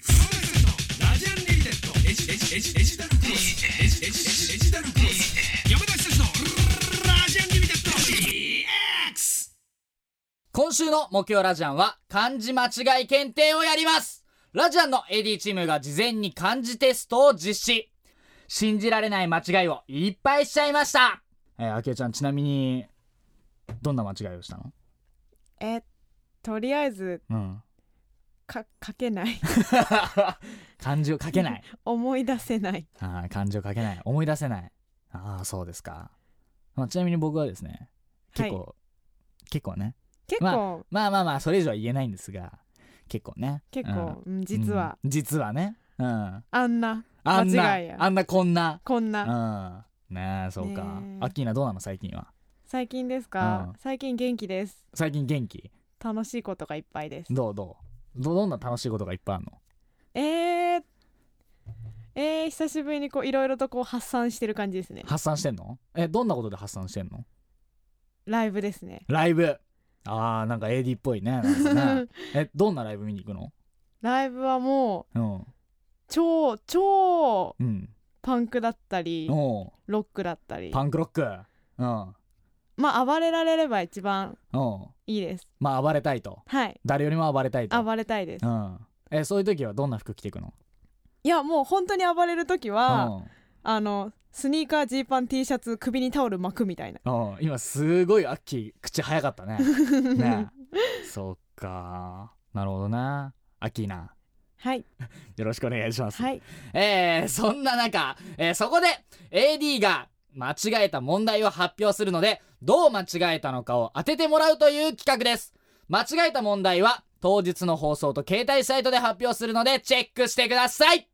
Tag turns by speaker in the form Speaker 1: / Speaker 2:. Speaker 1: DX ラジアンリミテッドデジデジデジデジタルクロスデジデジデジデジタルクロス山田久志のラジアンリミテッド DX
Speaker 2: 今週の目標ラジアンは漢字間違い検定をやりますラジアンの AD チームが事前に漢字テストを実施信じられない間違いをいっぱいしちゃいましたえー、あきえちゃんちなみにどんな間違いをしたの
Speaker 3: えとりあえず
Speaker 2: うん。
Speaker 3: か書けない
Speaker 2: 漢字を書け ない。
Speaker 3: 思い出せない
Speaker 2: ああ、漢字を書けない。思い出せない。ああ、そうですか。まあ、ちなみに僕はですね、結構、
Speaker 3: はい、
Speaker 2: 結構ね。
Speaker 3: 結
Speaker 2: まあ
Speaker 3: 構、
Speaker 2: まあまあまあ、それ以上は言えないんですが、結構ね。
Speaker 3: 結
Speaker 2: うん
Speaker 3: 構、、うん実は、
Speaker 2: うん実はね。うん。
Speaker 3: あんな
Speaker 2: あんな
Speaker 3: 間違い、や
Speaker 2: あんなこんな。
Speaker 3: こん
Speaker 2: う
Speaker 3: な、
Speaker 2: ん。ねえ、そうか
Speaker 3: ね。え
Speaker 2: アッキーナどうなの最近は。
Speaker 3: 最近ですか、
Speaker 2: うん
Speaker 3: 最近元気です
Speaker 2: 最近元気
Speaker 3: 楽しいことがいっぱいです
Speaker 2: どうどうどどんな楽しいことがいっぱいあるの
Speaker 3: えー、えー、久しぶりにこういろいろとこう発散してる感じですね
Speaker 2: 発散してんのえ、どんなことで発散してんの
Speaker 3: ライブですね
Speaker 2: ライブあーなんか AD っぽいねなんか ねえどんなライブ見に行くの
Speaker 3: ライブはも
Speaker 2: うん
Speaker 3: う超超
Speaker 2: うん
Speaker 3: パンクだったり
Speaker 2: おう
Speaker 3: ロックだったり
Speaker 2: パンクロックうん
Speaker 3: まあ暴れられれば一番
Speaker 2: うん
Speaker 3: いいです
Speaker 2: まあ暴れたいと
Speaker 3: はい
Speaker 2: 誰よりも暴れたいと
Speaker 3: 暴れたいです
Speaker 2: うんえそういう時はどんな服着ていくの
Speaker 3: いやもう本当に暴れる時は、
Speaker 2: うん
Speaker 3: あのスニーカージーパン T シャツ首にタオル巻くみたいな
Speaker 2: うん今すごいアッキー口早かったねねえ そっかなるほどなアッキーナ
Speaker 3: はい
Speaker 2: よろしくお願いします
Speaker 3: はい
Speaker 2: えー、そんな中、えーそこで AD が間違えた問題を発表するのでどう間違えたのかを当ててもらうという企画です間違えた問題は当日の放送と携帯サイトで発表するのでチェックしてください